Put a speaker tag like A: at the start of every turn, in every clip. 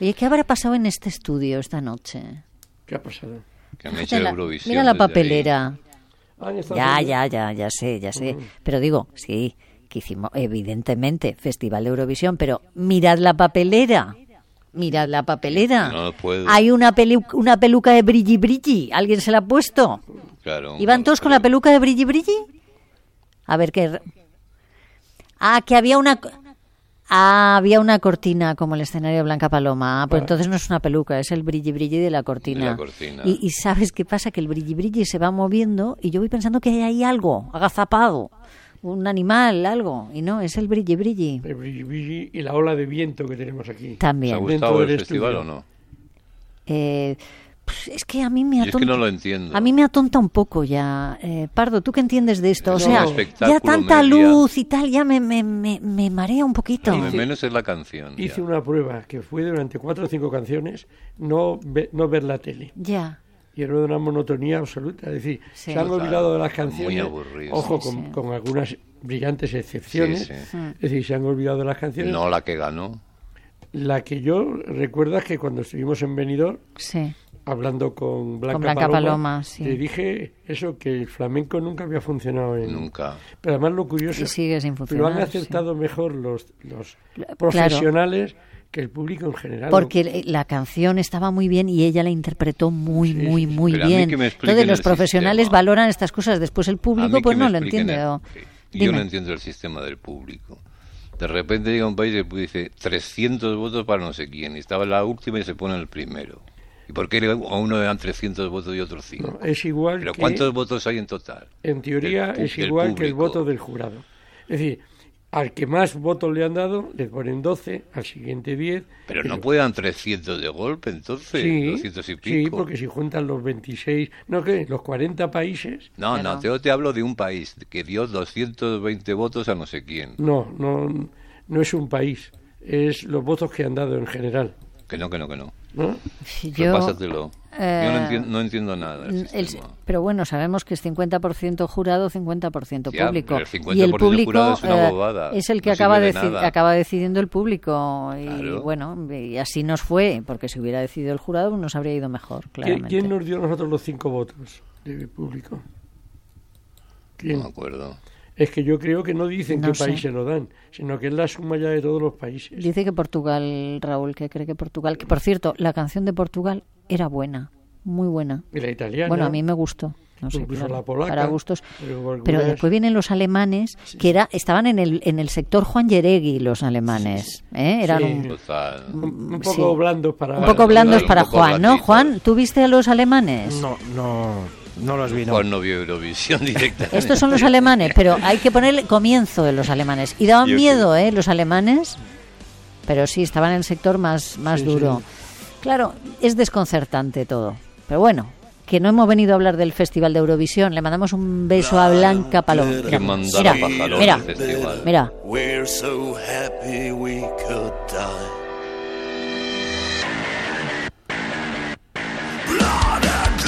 A: Oye, ¿qué habrá pasado en este estudio esta noche?
B: ¿Qué ha pasado?
C: Que han hecho
A: Mira la-
C: Eurovisión.
A: mira la
C: desde ahí.
A: papelera.
B: Ah, han estado
A: Ya,
B: haciendo-
A: ya, ya, ya sé, ya sé. Pero digo, sí, que hicimos, evidentemente, Festival de Eurovisión, pero mirad la papelera. Mirad la papelera.
C: No puedo.
A: Hay una, pelu- una peluca de brilli brilli. ¿Alguien se la ha puesto?
C: Claro,
A: ¿Iban
C: no,
A: todos con la
C: pero-
A: peluca de brilli brilli? A ver qué. re- Ah, que había una. co- Ah, había una cortina como el escenario de Blanca Paloma. Ah, pues entonces no es una peluca, es el brilli brilli de la cortina.
C: De la cortina.
A: Y, y sabes qué pasa, que el brilli brilli se va moviendo y yo voy pensando que hay ahí algo, agazapado, un animal, algo. Y no, es el brilli brilli.
B: El brilli brilli Eh, y la ola de viento que tenemos aquí.
C: ¿Te ha
A: También.
B: Seguro.
C: gustado
B: Dentro
C: el
B: del
C: festival
B: estudio.
C: o no?
A: Eh, pues es que a mí me
C: Yo es que
A: atonta.
C: no lo entiendo.
A: A mí me atonta un poco ya. Eh, Pardo, ¿tú qué entiendes de esto? O
C: Es
A: sea,
C: un espectáculo
A: ya tanta
C: media.
A: luz y tal, ya me, me, me, me marea un poquito.
C: Lo de menos es la canción. ya.
B: Hice una prueba que fue durante cuatro o cinco canciones no, ve- no ver la tele.
A: Ya.
B: Y era de una monotonía absoluta. Es decir,
A: Sí.
B: se han
C: Total,
B: olvidado de las
C: muy
B: canciones.
C: aburrido.
B: Ojo,
A: Sí,
B: con,
A: sí.
B: con algunas brillantes excepciones.
C: Sí, sí.
B: Es decir, se han olvidado de las canciones.
C: No la que ganó.
B: La que yo recuerdo es que cuando estuvimos en Benidorm,
A: Sí.
B: hablando con Blanca,
A: Con Blanca
B: Paloma,
A: Paloma, sí.
B: le dije eso, que el flamenco nunca había funcionado en...
C: Nunca.
B: Pero además lo curioso...
A: Y sigue sin
B: Lo
A: funcionar,
B: han aceptado mejor los, los
A: Claro.
B: profesionales que el público en general.
A: Porque le- la canción estaba muy bien y ella la interpretó muy, muy, muy
C: Pero a mí
A: bien.
C: que me expliquen
A: Entonces los
C: el
A: profesionales
C: sistema.
A: valoran estas cosas, después el
C: A
A: público
C: mí
A: pues
C: que
A: no
C: me
A: lo
C: expliquen
A: entiende.
C: el-
A: o-
C: Yo no
A: Dime.
C: entiendo el sistema del público. De repente llega un país y dice 300 votos para no sé quién. Y estaba la última y se pone el primero. ¿Y por qué a uno le dan 300 votos y otro 5?
B: No, Eh, es igual
C: ¿Pero
B: que-
C: cuántos votos hay en total?
B: En teoría
C: del pu-
B: es
C: del
B: igual que el
C: público.
B: voto del jurado. Es decir, al que más votos le han dado, le ponen 12, al siguiente 10.
C: Pero no puedan 300 de golpe, entonces,
B: Sí,
C: 200 y pico.
B: sí, porque si juntan los 26, no que los 40 países,
C: No,
A: Claro.
C: no, yo te hablo de un país que dio 220 votos a no sé quién.
B: no, no, no es un país, es los votos que han dado en general.
C: Que no, que no, que no.
B: ¿no?
A: Yo-
C: Repásatelo. yo no
A: eh,
C: entiendo, no entiendo nada del
A: El-
C: sistema.
A: pero bueno, sabemos que es 50% jurado, 50%
C: Ya,
A: público.
C: pero el 50%
A: y el público
C: jurado es una
A: eh,
C: bobada,
A: es el que
C: no
A: acaba,
C: sirve de
A: deci-
C: nada.
A: acaba decidiendo el público. Y
C: Claro.
A: bueno, y así nos fue, porque si hubiera decidido el jurado nos habría ido mejor,
B: ¿Qui-
A: claramente.
B: ¿Quién nos dio a nosotros los cinco votos del público?
C: No
B: ¿Quién?
C: me acuerdo.
B: Es que yo creo que no dicen
A: No
B: qué
A: sé.
B: país se lo dan, sino que es la suma ya de todos los países.
A: Dice que Portugal, Raúl, que cree que Portugal. Que por cierto, la canción de Portugal era buena, muy buena.
B: Y la italiana.
A: Bueno, a mí me gustó. No sé,
B: Incluso
A: claro,
B: la polaca,
A: para gustos.
B: pero algunas-
A: Pero después vienen los alemanes, que era, estaban en el, en el sector Juan Yeregui, los alemanes. ¿eh? Eran
B: Sí.
A: un,
C: Total.
B: un, un
A: mm, Sí.
B: poco blandos para...
A: un poco
C: Bueno,
A: blandos
C: un
A: para
C: poco
A: Juan, ¿no?
C: blanditos.
A: Juan, ¿tú viste a los alemanes?
D: No, no, no los vi, no.
C: Juan no vio Eurovisión directamente.
A: Estos son los alemanes, pero hay que poner el comienzo de los alemanes. Y daban
C: Yo
A: miedo, ¿eh? Los alemanes. Pero sí, estaban en el sector más, más
B: Sí,
A: duro. Claro, es desconcertante todo. Pero bueno, que no hemos venido a hablar del Festival de Eurovisión. Le mandamos un beso a Blanca Paloma.
C: Que
A: Mira,
C: mandara
A: mira,
C: pájaros
A: mira,
C: al festival.
A: mira.
E: We're so happy we could die.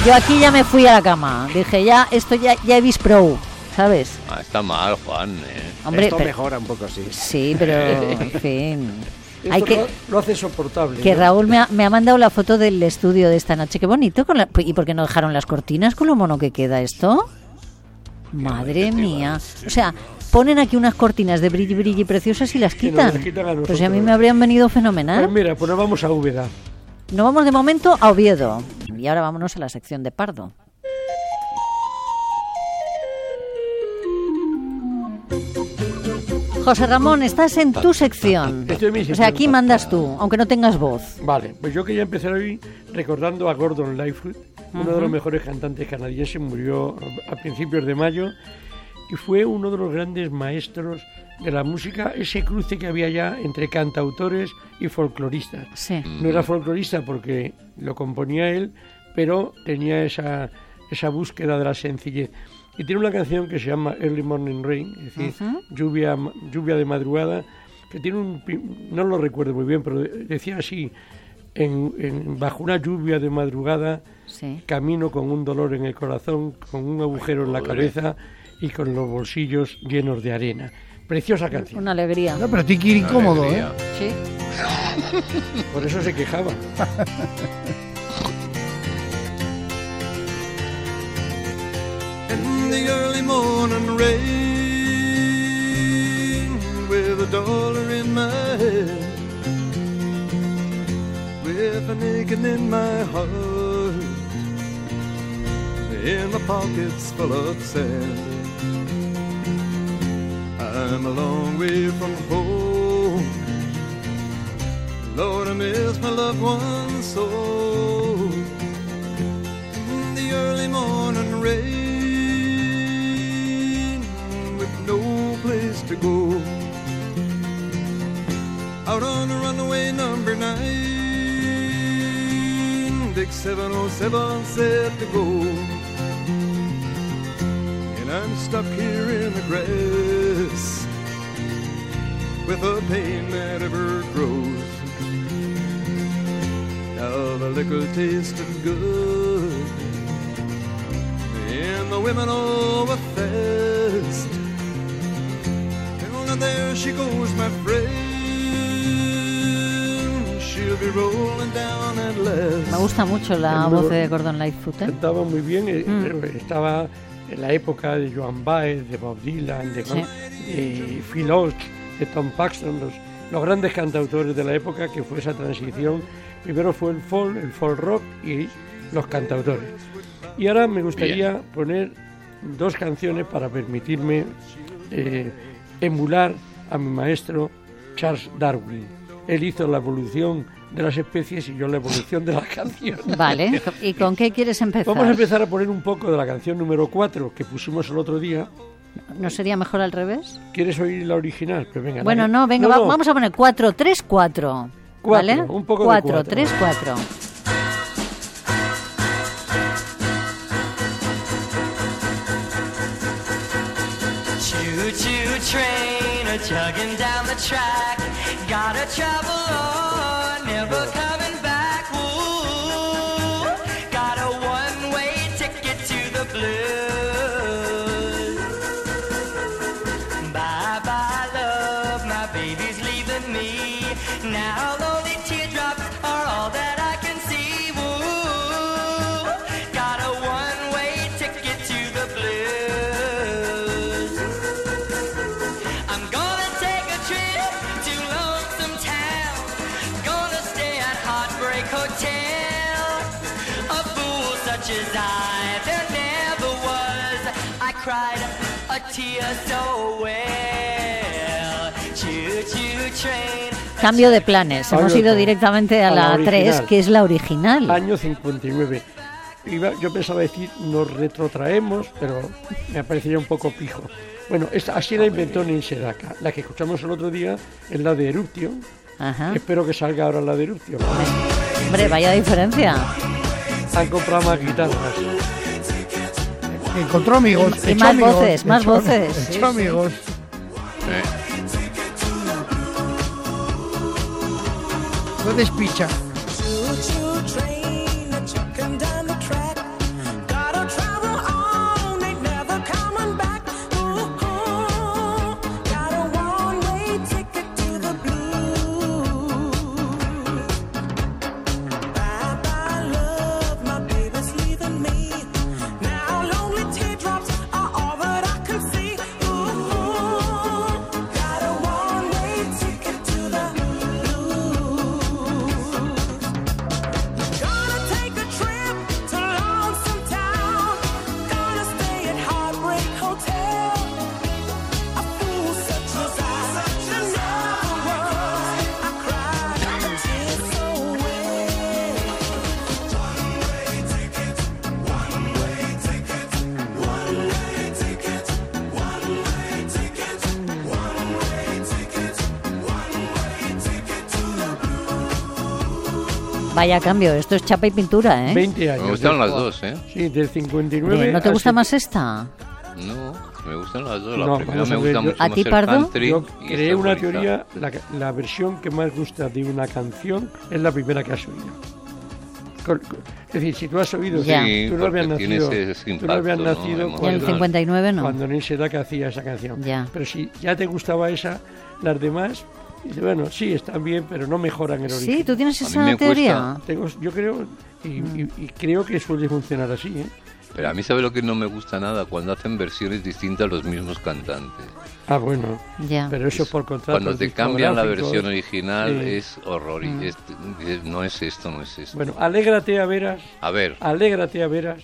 A: Yo aquí ya me fui a la cama. Dije, ya, esto ya, ya he visto pro, ¿sabes?
C: Ah, está mal, Juan, ¿eh?
A: Hombre,
D: Esto
A: pero-
D: mejora un poco, sí.
A: sí, pero en fin.
B: Esto
A: Hay
B: lo,
A: que,
B: lo hace soportable.
A: que
B: ¿no?
A: Raúl me ha, me ha mandado la foto del estudio de esta noche. Qué bonito. Con la- ¿Y por qué no dejaron las cortinas con lo mono que queda esto? Madre mía. O sea, ponen aquí unas cortinas de brilli brilli preciosas y las
B: Que nos las
A: quitan.
B: quitan a
A: Pues si a mí
B: nosotros.
A: me habrían venido
B: Pues
A: fenomenal.
B: mira, pues nos vamos a Úbeda.
A: Nos vamos de momento a Oviedo. Y ahora vámonos a la sección de Pardo. José Ramón, estás en tu sección.
B: Estoy en mi
A: O sea,
B: sección.
A: aquí mandas tú, aunque no tengas voz.
B: Vale, pues yo quería empezar hoy recordando a Gordon Lightfoot, uno de los mejores cantantes canadienses, murió a principios de mayo y fue uno de los grandes maestros de la música, ese cruce que había ya entre cantautores y folcloristas.
A: Sí.
B: No era folclorista porque lo componía él, pero tenía esa, esa búsqueda de la sencillez. Y tiene una canción que se llama Early Morning Rain, es decir, lluvia, ma- lluvia de madrugada, que tiene un... pi- no lo recuerdo muy bien, pero de- decía así, en- en, bajo una lluvia de madrugada,
A: Sí.
B: camino con un dolor en el corazón, con un agujero en la cabeza y con los bolsillos llenos de arena. Preciosa canción.
A: Una alegría.
F: No, pero Tiki era incómodo, ¿eh?
A: Sí.
B: Por eso se quejaba.
E: in the early morning rain with a dollar in my head with an aching in my heart in my pockets full of sand I'm a long way from home Lord I miss my loved ones so in the early morning rain with no place to go. Out on the runaway number nine, Dick 707 said to go. And I'm stuck here in the grass with a pain that ever grows. Now the liquor tasted good. And the women all were fast. And now there she goes, my friend. She'll be rolling down at last.
A: Me gusta mucho la
B: El
A: voz
B: nuevo-
A: de Gordon Lightfoot, ¿eh?
B: Cantaba muy bien, eh, pero estaba en la época de Joan Baez, de Bob Dylan, de, Juan- de Phil Oaks, de Tom Paxton, los, los grandes cantautores de la época que fue esa transición. Primero fue el folk, el folk rock y los cantautores. Y ahora me gustaría poner dos canciones para permitirme eh, emular a mi maestro Charles Darwin. Él hizo la evolución de las especies y yo la evolución de las canciones.
A: Vale. ¿Y con qué quieres empezar?
B: Vamos a empezar a poner un poco de la canción número 4 que pusimos el otro día.
A: ¿No sería mejor al revés?
B: ¿Quieres oír la original? Pues venga.
A: Bueno, no, venga, va- vamos a poner 4, 3, 4.
B: Cuatro,
A: ¿Vale?
B: un poco de
A: 4,
B: cuatro.
A: 3, 4.
G: Choo-choo train a chugging down the track. Gotta travel on, oh, never coming back. Ooh, got a one-way ticket to the blues. Bye bye love, my baby's leaving me. Now lonely teardrops are all that I can see. Woo, got a one-way ticket to the blues. I'm gonna take a trip to Lonesome Town. Gonna stay at Heartbreak Hotel. A fool such as I, there never was. I cried a tear so well. Choo choo train.
A: Cambio de planes.
B: Cambio
A: Hemos
B: de
A: ido
B: plan.
A: directamente a
B: A la
A: la
B: original.
A: 3, que es la original.
B: Año 59. Iba- yo pensaba decir nos retrotraemos, pero me parecería un poco pijo. Bueno, esta, así la inventó Ninsedaka. La que escuchamos el otro día es la de Eruption.
A: Ajá.
B: Espero que salga ahora la de Eruption.
A: Ah. Hombre, vaya diferencia.
B: Han comprado más guitarras.
F: Encontró amigos.
A: Y- y
F: echó
A: más
F: amigos,
A: voces, más
F: echó-
A: voces. Sí, sí.
F: Echó amigos. No despicha.
H: Choo-choo train, they're chucking down the track. Gotta travel on, they never coming back. Ooh, got a one-way ticket to the blues. Bye bye love, my baby's leaving me. Now lonely teardrops are all that I can see. Ooh, got a one-way ticket to the blues. Gonna take a trip to Lonesome Town. Gonna stay at Heartbreak Hotel. A fool such as I, never was. I cried a tear so well.
A: Vaya cambio, esto es chapa y pintura, ¿eh?
B: 20 años.
C: Me gustan
B: del-
C: las dos, ¿eh?
B: Sí, del 59.
A: Eh, ¿No te gusta
B: al-
A: más esta?
C: No, me gustan las dos. La
B: No,
C: primera
B: vamos a
C: me
B: ver,
C: gusta
B: yo-
C: mucho
A: ¿A
C: más
A: ti,
C: el
A: Pardo?
C: country
B: Yo
C: y esta
B: creé una
C: bonita.
B: teoría, la, la versión que más gusta de una canción es la primera que has oído. Con- con- es decir, si tú has oído,
A: Ya.
C: Sí,
B: tú no habías
C: porque tiene
B: nacido,
C: ese
B: tú no habías
C: impacto, ¿no?
B: nacido
C: Emocional.
A: Y en el 59 no.
B: cuando en esa edad que hacía esa canción.
A: Ya.
B: Pero si ya te gustaba esa, las demás, dice, bueno, sí, están bien, pero no mejoran el origen.
A: Sí, tú tienes
C: A mí
A: esa
C: me cuesta-
A: teoría.
B: Tengo- yo creo, y, y- y creo que suele funcionar así, ¿eh?
C: Pero a mí sabe lo que no me gusta nada cuando hacen versiones distintas los mismos cantantes.
B: Ah, bueno.
A: Ya.
B: Pero eso es por contrato.
C: Cuando te cambian la
B: discográfico.
C: versión original
B: Sí. Mm.
C: es horror. y es- dices, no es esto, no es esto.
B: Bueno, Ah. alégrate a veras,
C: A ver,
B: alégrate a veras,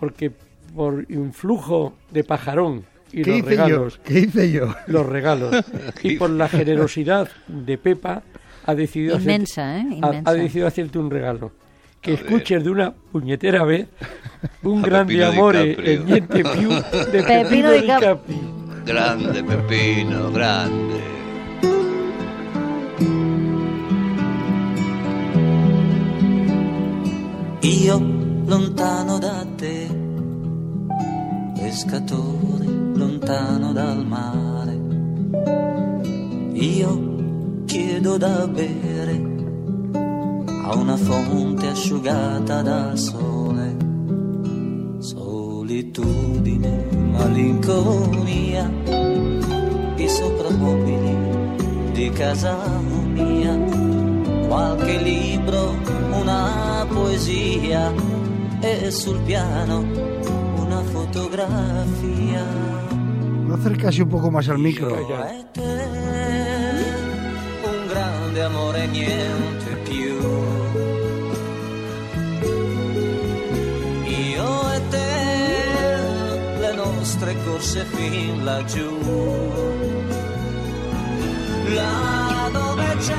B: porque por influjo de pajarón y
F: ¿Qué
B: los
F: hice yo?
B: regalos,
F: ¿Qué hice yo?
B: los regalos, y por la generosidad de Pepa, ha decidido, hacerte-
A: Inmensa, ¿eh?
B: ha- ha
A: Inmensa.
B: decidido hacerte un regalo. Que
C: A ver.
B: escuches de una puñetera vez un
C: A
B: grande
C: Pepino
B: amor en
C: DiCaprio.
B: diente piu de Pepino
A: Pepino DiCap-
B: DiCaprio.
C: grande Pepino, grande.
I: Io lontano da te, pescatore lontano dal mare. Io chiedo da bere a una fonte asciugata dal sole. Solitudine, malinconia, i soprammobili di casa mia qualche libro, una poesia e sul piano una fotografia.
F: No acercase un poco más al micro.
B: Calla.
I: E te, un grande amore e niente più. Io e te, le nostre corse fin laggiù. Là dove c'è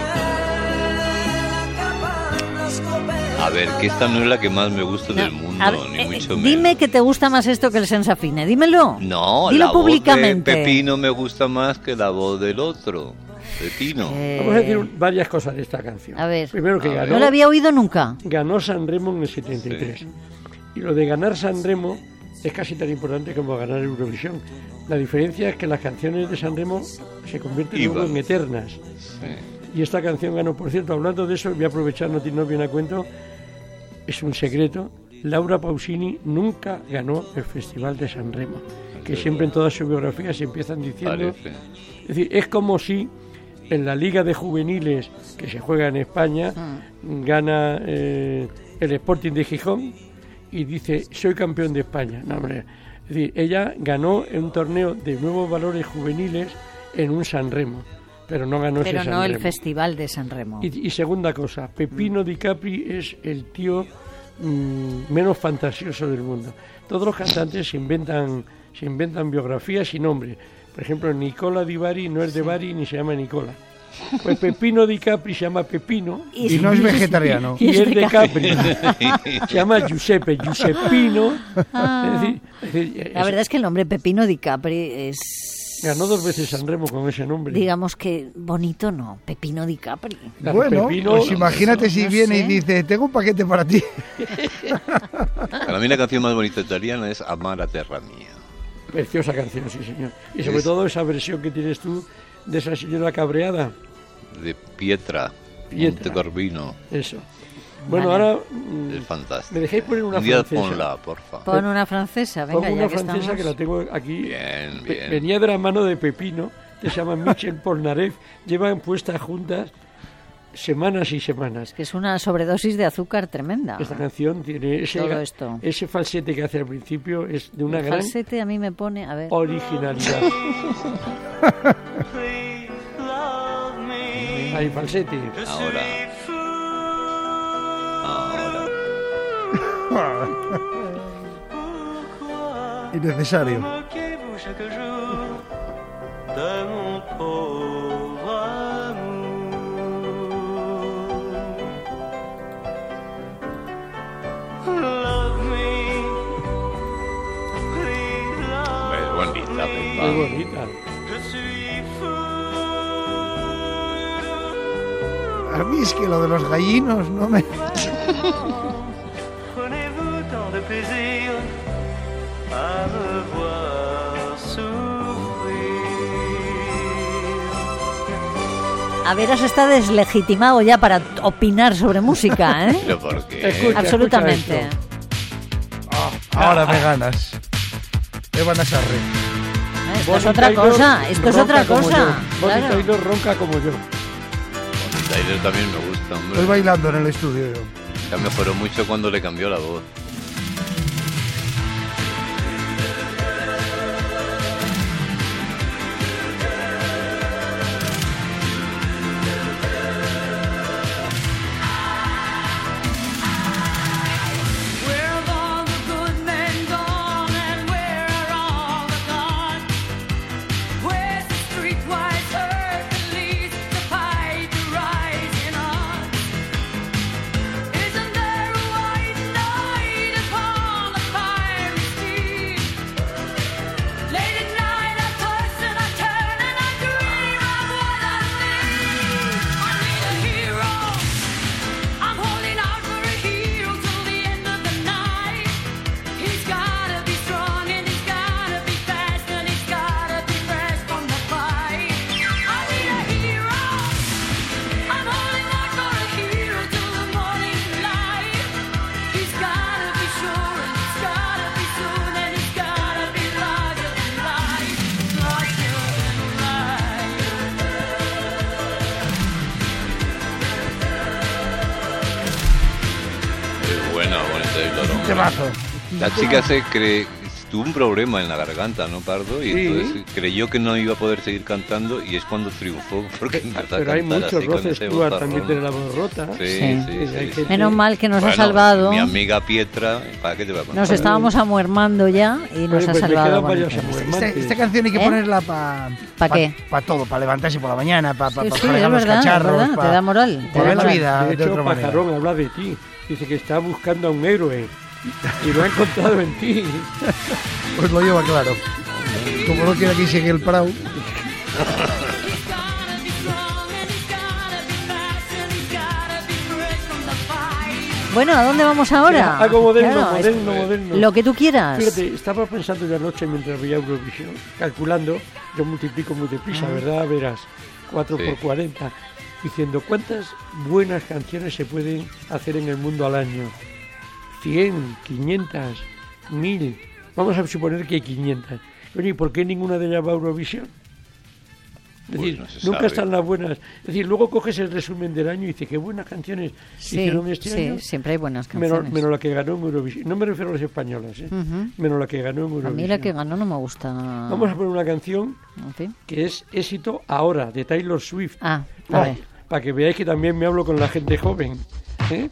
I: la capanna scoperta
C: A ver, que esta no es la que más me gusta del mundo,
A: A ver,
C: ni
A: eh,
C: mucho
A: eh,
C: menos.
A: Dime que te gusta más esto que el Sensafine, dímelo.
C: No,
A: Dilo
C: la
A: públicamente.
C: voz de Pepino me gusta más que la voz del otro. Pepino.
A: Eh,
B: Vamos a decir un- varias cosas de esta canción.
A: A ver.
B: Primero que
C: A ver.
B: ganó,
A: No lo había oído nunca.
B: ganó San Remo en el 73. Y lo de ganar San Remo es casi tan importante como ganar Eurovisión. La diferencia es que las canciones de San Remo se convierten luego
C: Iban.
B: en eternas.
C: Sí.
B: Y esta canción ganó, por cierto, hablando de eso, voy a aprovechar, no, ti- no viene a cuento, es un secreto. Laura Pausini nunca ganó el Festival de San Remo, que siempre en todas sus biografías se empiezan diciendo
C: Parece.
B: es decir, es como si en la Liga de Juveniles que se juega en España
A: Ah.
B: gana eh, el Sporting de Gijón y dice, soy campeón de España. No, hombre. Es decir, ella ganó en un torneo de nuevos valores juveniles en un Sanremo, pero no ganó ese
A: Pero no
B: Sanremo.
A: el Festival de San Remo.
B: Y, y segunda cosa,
A: Mm.
B: Pepino Di Capri es el tío mm, menos fantasioso del mundo. Todos los cantantes se inventan, se inventan biografías y nombres. Por ejemplo, Nicola Di Bari no es de Bari ni se llama Nicola. Pues Pepino Di Capri se llama Pepino
F: Y no es vegetariano.
B: y,
A: Y es
B: es
A: de
B: de Capri. se llama Giuseppe, Giuseppino. Es decir- es decir,
A: Ah. La
B: es-
A: verdad es que el nombre Pepino Di Capri es,
B: ganó dos veces Sanremo con ese nombre.
A: digamos que bonito no, Pepino Di Capri.
B: Claro,
F: Bueno,
B: Pepino-
F: pues imagínate si
A: no
F: viene y
A: sé.
F: dice, tengo un paquete para ti.
A: Ah.
C: Para mí la canción más bonita italiana es Amar a Terra Mía.
B: Preciosa canción, sí, señor. Y sobre
C: Es-
B: todo esa versión que tienes tú de esa señora cabreada. de
C: De Pietra.
B: Pietra.
C: Monte Corvino.
B: Eso. Bueno,
A: Vale.
B: ahora mm,
C: Es fantástico.
B: ¿Me dejáis poner una
C: Un día
B: francesa?
C: ponla, porfa.
A: Pon una francesa, venga,
B: pongo
A: ya
B: una
A: que
B: francesa
A: estamos.
B: que la tengo aquí.
C: Bien,
B: Ve-
C: bien.
B: Venía de la mano de Pepino, que se llama Michel Polnareff. Llevan puestas juntas semanas y semanas.
A: Que es una sobredosis de azúcar tremenda.
B: Esta canción tiene ese,
A: Ah. Todo esto.
B: ese falsete que hace al principio, es de una
A: El
B: gran
A: falsete a mí me pone, a ver.
B: originalidad. Hay falsete.
C: Ahora. Ahora.
F: Innecesario.
G: Manquez-vous chaque jour de mon pauvre amour? Love me, please
C: Es
G: love
C: bonita, Pepa.
B: Muy bonita.
G: Je suis fou.
F: A mí es que lo de los gallinos no me...
G: Prenez-vous tant de plaisir à me voir souffrir.
A: Haberas está deslegitimado ya para t- opinar sobre música, ¿eh?
C: Pero ¿por qué?
B: Escucha,
A: Absolutamente. ¿Eh?
B: escucha
F: Ahora me ganas. Me van a sarre.
A: ¿Eh?
B: esto.
A: Esto es otra
B: Bonnie Tyler
A: cosa, esto es
B: ronca
A: otra
B: como
A: cosa.
B: yo. Bonnie
A: claro.
B: Tyler ronca como yo.
C: Tyler también me gusta,
B: Pues
F: Estoy
C: hombre.
F: bailando en el estudio yo.
C: Ya mejoró mucho cuando le cambió la voz.
I: Where have all the good men gone and where are all the gone? Where's the streetwise herd that leads the fight to rise in arms? Isn't there a white night upon the fiery steed? Late at night I toss and I turn and I dream of what I need. I need a hero. I'm holding out for a hero till the end of the night. He's gotta be strong and he's gotta be fast and he's gotta be fresh from the fight. I need a hero. I'm holding out for a hero till the morning light. He's gotta be sure and he's gotta be soon and he's gotta be larger than life, larger than life.
C: Es buena, Bonnie Tyler. hombre.
F: Temazo.
C: La chica se cree. Tuvo un problema en la garganta, ¿no, Pardo? Y
B: Sí.
C: entonces creyó que no iba a poder seguir cantando y es cuando triunfó, porque empezó a
B: Eh, Pero hay
C: cantar
B: muchos
C: así con
B: roces.
C: ese
B: Tú
C: vozarrón.
B: también tiene la voz rota.
C: Sí,
A: Sí.
C: sí, sí,
B: Hay
C: sí.
B: gente-
A: Menos mal que nos ha
C: Bueno,
A: salvado.
C: Mi amiga Pietra, ¿para qué te va a contar?
A: Nos estábamos amuermando ya y nos
B: Oye,
A: ha
B: pues me
A: salvado.
B: quedan
A: Bonnie
B: varias
A: Tyler.
F: Esta,
B: amuermantes.
F: Este, esta canción hay que
A: ¿Eh?
F: ponerla para...
A: ¿Pa qué?
F: Para todo, para levantarse por la mañana, para
A: Sí,
F: pa, pa
A: sí,
F: fregar
A: es
F: los
A: verdad, es
F: cacharros,
A: verdad,
F: para
A: te da moral, te da
F: ver la
A: moral.
F: vida
B: De
F: de,
B: hecho,
F: otra manera.
B: Pajarón habla de ti. Dice que está buscando a un héroe y lo ha encontrado en ti.
F: Os Pues lo lleva claro. Como no quiero que llegue el Prau,
I: He's gotta be strong and he's gotta be fast and he's gotta be fresh from the fight.
A: Bueno, ¿a dónde vamos ahora?
B: Algo moderno,
A: Claro, es-
B: moderno, moderno.
A: Lo que tú quieras.
B: Fíjate, estaba pensando ya noche mientras veía Eurovisión, calculando, yo multiplico muy deprisa, ¿verdad? Verás, 4
C: Sí.
B: por 40, diciendo cuántas buenas canciones se pueden hacer en el mundo al año. 100, 500, 1000, vamos a suponer que 500. Oye, ¿y por qué ninguna de ellas va a Eurovisión? Es
C: Pues
B: decir,
C: no se
B: nunca
C: sabe.
B: están las buenas. Es decir, luego coges el resumen del año y dices, qué buenas canciones
A: Sí,
B: hicieron este
A: sí,
B: año.
A: siempre hay buenas
B: Menos,
A: canciones.
B: menos la que ganó en Eurovisión. No me refiero a las españolas, ¿eh?
A: Ujú.
B: menos la que ganó en Eurovisión.
A: A mí la que ganó no me gusta.
B: Vamos a poner una canción
A: En fin.
B: que es éxito ahora, de Taylor Swift.
A: Ah,
B: para,
A: vale.
B: para que veáis que también me hablo con la gente joven. ¿eh?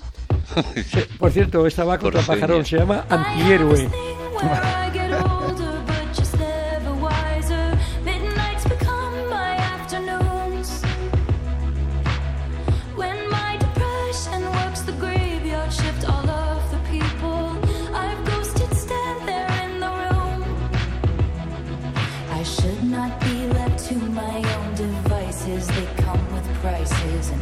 B: Se- Por cierto, esta va contra
C: Por
B: pajarón, se llama
C: señas.
B: Antihéroe.
J: When my depression works the graveyard shift, all of the people I've ghosted stand there in the room. I should not be left to my own devices. They come with prices and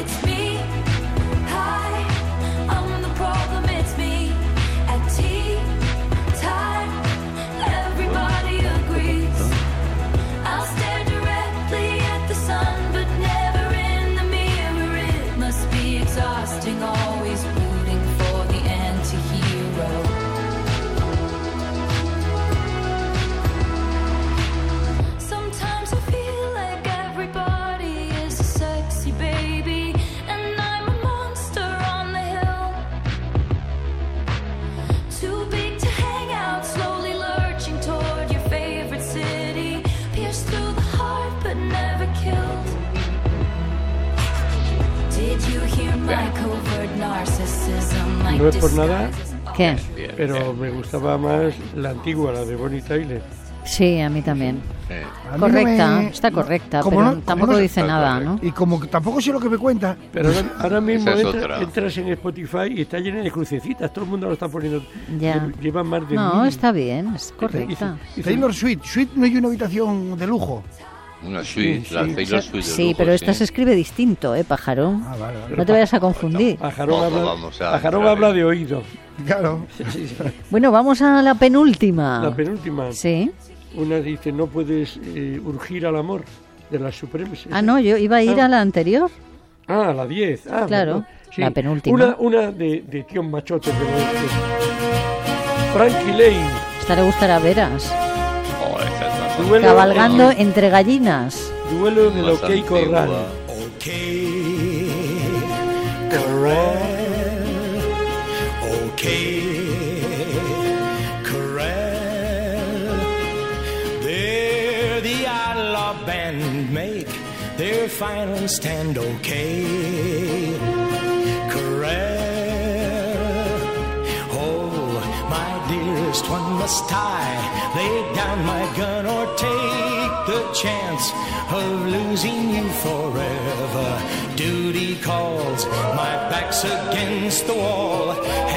J: It's me. Hi, I'm the problem. It's me. At tea time, everybody agrees. I'll stare directly at the sun, but never in the mirror. It must be exhausting, always rooting for the anti-hero. Sometimes I feel like everybody is a sexy baby, and I'm a monster on the hill. Too big to hang out, slowly lurching toward your favorite city. Pierced through the heart, but never killed. Did you hear my covert narcissism? Like
B: No es por nada,
J: disguises-
A: ¿Qué?
C: Bien,
B: pero
C: bien.
B: me gustaba más la antigua, la de Bonnie Tyler.
A: Sí, a mí también.
C: Eh,
F: a mí no
A: correcta,
F: me-
A: está correcta,
F: como
A: pero
F: no- como
A: tampoco
F: no-
A: dice
C: Está
A: nada, ¿no?
F: Y como que tampoco sé lo que me cuenta, pues,
B: Pero ahora, ahora mismo
C: Esa es
B: entra-
C: otra.
B: entras en Spotify y está llena de crucecitas, todo el mundo lo está poniendo.
A: Ya.
B: Lle- Lleva más de
A: No,
B: mil.
A: está bien, es
B: Dice-
A: correcta.
B: dice-
F: Taylor Swift, Swift no hay una habitación de lujo.
C: Una suite,
B: Sí,
C: la
B: sí.
C: Taylor Swift. de
A: Sí,
C: lujo,
A: pero esta
C: sí.
A: se escribe distinto, ¿eh, pajarón?
B: Ah,
A: No te vayas a confundir.
B: Pajarón
C: Vamos,
B: habla,
C: vamos a
B: Pajarón
C: entrar
B: habla de oído.
K: Claro.
B: Sí, sí.
A: Bueno, vamos a la penúltima.
B: La penúltima.
A: Ah. Sí.
B: Una dice, no puedes eh, urgir al amor, de las Supremes.
A: Ah, no, yo iba a ir a la anterior.
B: Ah, la 10. Ah,
A: Claro,
B: bueno,
A: la penúltima.
B: Una, una de, de tíos machotes de los- Frankie Lane.
A: Esta le gustará a Veras.
B: Ah.
C: Oh, esta es bastante-
B: Duelo-
A: Cabalgando
C: Ah.
A: entre gallinas.
B: Duelo en el OK
C: bastante
B: Corral.
C: antigua.
L: There the outlaw band make their final stand okay. Corral. Oh, my dearest one must tie. Lay down my gun or take the chance of losing you forever. Duty calls, my back's against the wall.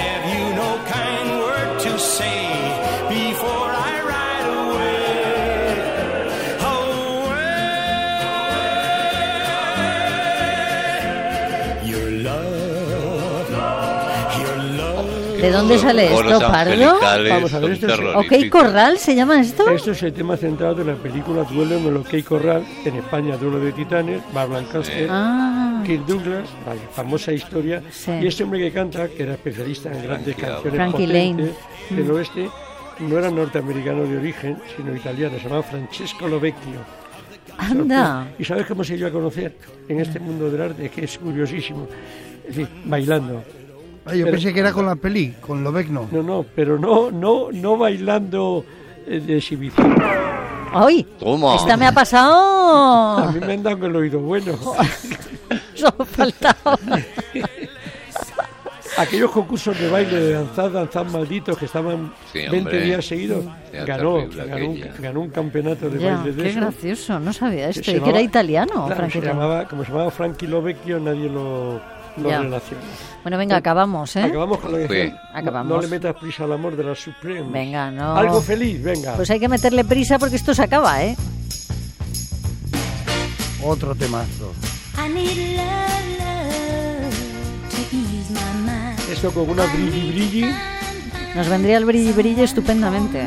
L: Have you no kind word to say before I ride away? Away. Your love, your love.
A: ¿De dónde sale
C: Coros
A: esto, Pardo?
C: angelicales
B: Vamos a ver,
C: son
B: esto es-
A: ¿Ok
C: terroríficos.
A: Corral se llama esto?
B: Este es el tema central de la película Duelo en el OK Corral, en España Duelo de Titanes, Bar Lancaster,
A: Ah,
B: Kirk Douglas, la famosa historia,
A: Sí.
B: y este hombre que canta, que era especialista en grandes
C: Frankie
B: canciones
A: Frankie Mm.
B: potentes del oeste, no era norteamericano de origen, sino italiano, se llamaba Francesco Lovecchio.
A: anda.
B: ¿Y sabes cómo se dio a conocer en este mundo del arte? Que es curiosísimo. Es decir, bailando.
F: Ay, yo
B: Pero-
F: pensé que era con la peli, con Lobecno.
B: No, no, pero no, no, no bailando eh, de exhibición.
A: ¡Ay!
C: Toma.
A: Esta me ha
B: A
A: pasado.
B: mí me han dado con el oído bueno.
A: Solo faltaba.
B: Aquellos concursos de baile, de danzar, danzar malditos que estaban
C: Sí,
B: 20
C: hombre.
B: días seguidos,
C: Era
B: ganó,
C: terrible
B: ganó, un,
C: aquella.
B: ganó un campeonato de
A: Ya,
B: baile de
A: qué
B: eso.
A: gracioso, no sabía
B: Se
A: esto. Y que
B: llamaba-
A: era italiano,
B: claro,
A: Frankie
B: se
A: Lane.
B: llamaba, Como se llamaba Frankie Lovecchio, nadie lo, lo
A: Ya.
B: relaciona.
A: Bueno, venga, acabamos, ¿eh?
B: Acabamos con lo que
C: Sí.
B: decía. No-
A: Acabamos.
B: No, le metas prisa al amor de la Supreme.
A: Venga, no.
B: Algo feliz, venga.
A: Pues hay que meterle prisa porque esto se acaba, ¿eh?
F: Otro temazo.
M: I need love, love to ease my mind.
B: Esto con una brilli brilli.
A: Nos vendría el brilli brilli estupendamente.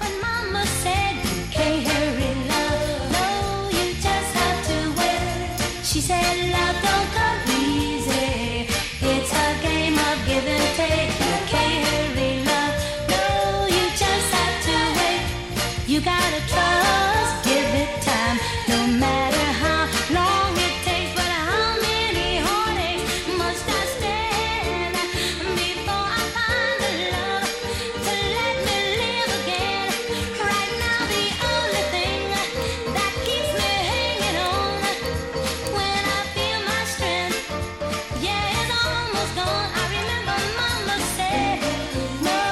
M: When mama said you can't hurry love, no, you just have to wait. She said love don't come easy. It's a game of give and take. You can't hurry love, no, you just have to wait. You gotta trust, give it time, no matter how long it takes. But how many heartaches must I stand before I find the love to let me live again? Right now, the only thing that keeps me hanging on when I feel my strength. Yeah, it's almost gone. I remember Mama said, No,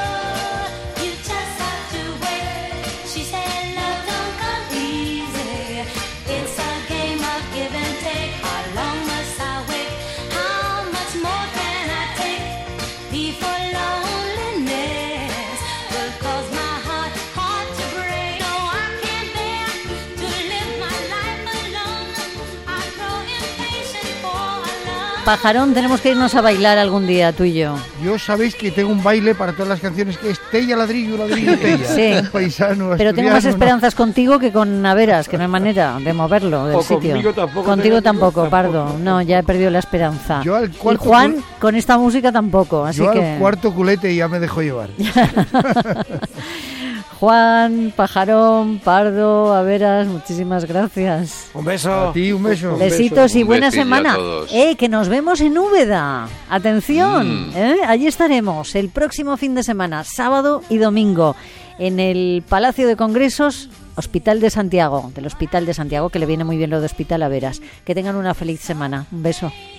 M: you just have to wait. She said, Love don't come easy. It's a game of give and take. How long must I wait? How much more can I take before loneliness will cause my heart hard to break? No, I can't bear to live my life alone. I grow impatient for a love.
A: Pajarón, tenemos que irnos a bailar algún día, tú y yo.
F: Yo sabéis que tengo un baile para todas las canciones que es Tella ladrillo, ladrillo, Tella.
A: Sí.
F: Paisano,
A: Pero tengo
F: asturiano,
A: más
F: Pues ¿no?
A: esperanzas contigo que con Naveras, que no hay manera de moverlo del
B: O
A: sitio.
B: conmigo tampoco,
A: Contigo
B: tengo-
A: tampoco,
B: tampoco,
A: Pardo.
B: tampoco.
A: No, ya he perdido la esperanza.
F: Yo al
A: y
F: cuarto
A: Juan,
F: cul-
A: con esta música tampoco, así
F: Yo
A: que...
F: al cuarto culete ya me dejo llevar.
A: Juan, Pajarón, Pardo, Averas, muchísimas gracias.
N: Un beso.
F: A ti un beso.
B: beso.
A: Besitos y
C: Un
A: buena
C: besillo a
A: semana.
C: todos.
A: Eh, que nos vemos en Úbeda. Atención,
C: Mm.
A: ¿eh? allí estaremos el próximo fin de semana, sábado y domingo, en el Palacio de Congresos, Hospital de Santiago, del Hospital de Santiago, que le viene muy bien lo de Hospital a Veras. Que tengan una feliz semana. Un beso.
M: Thank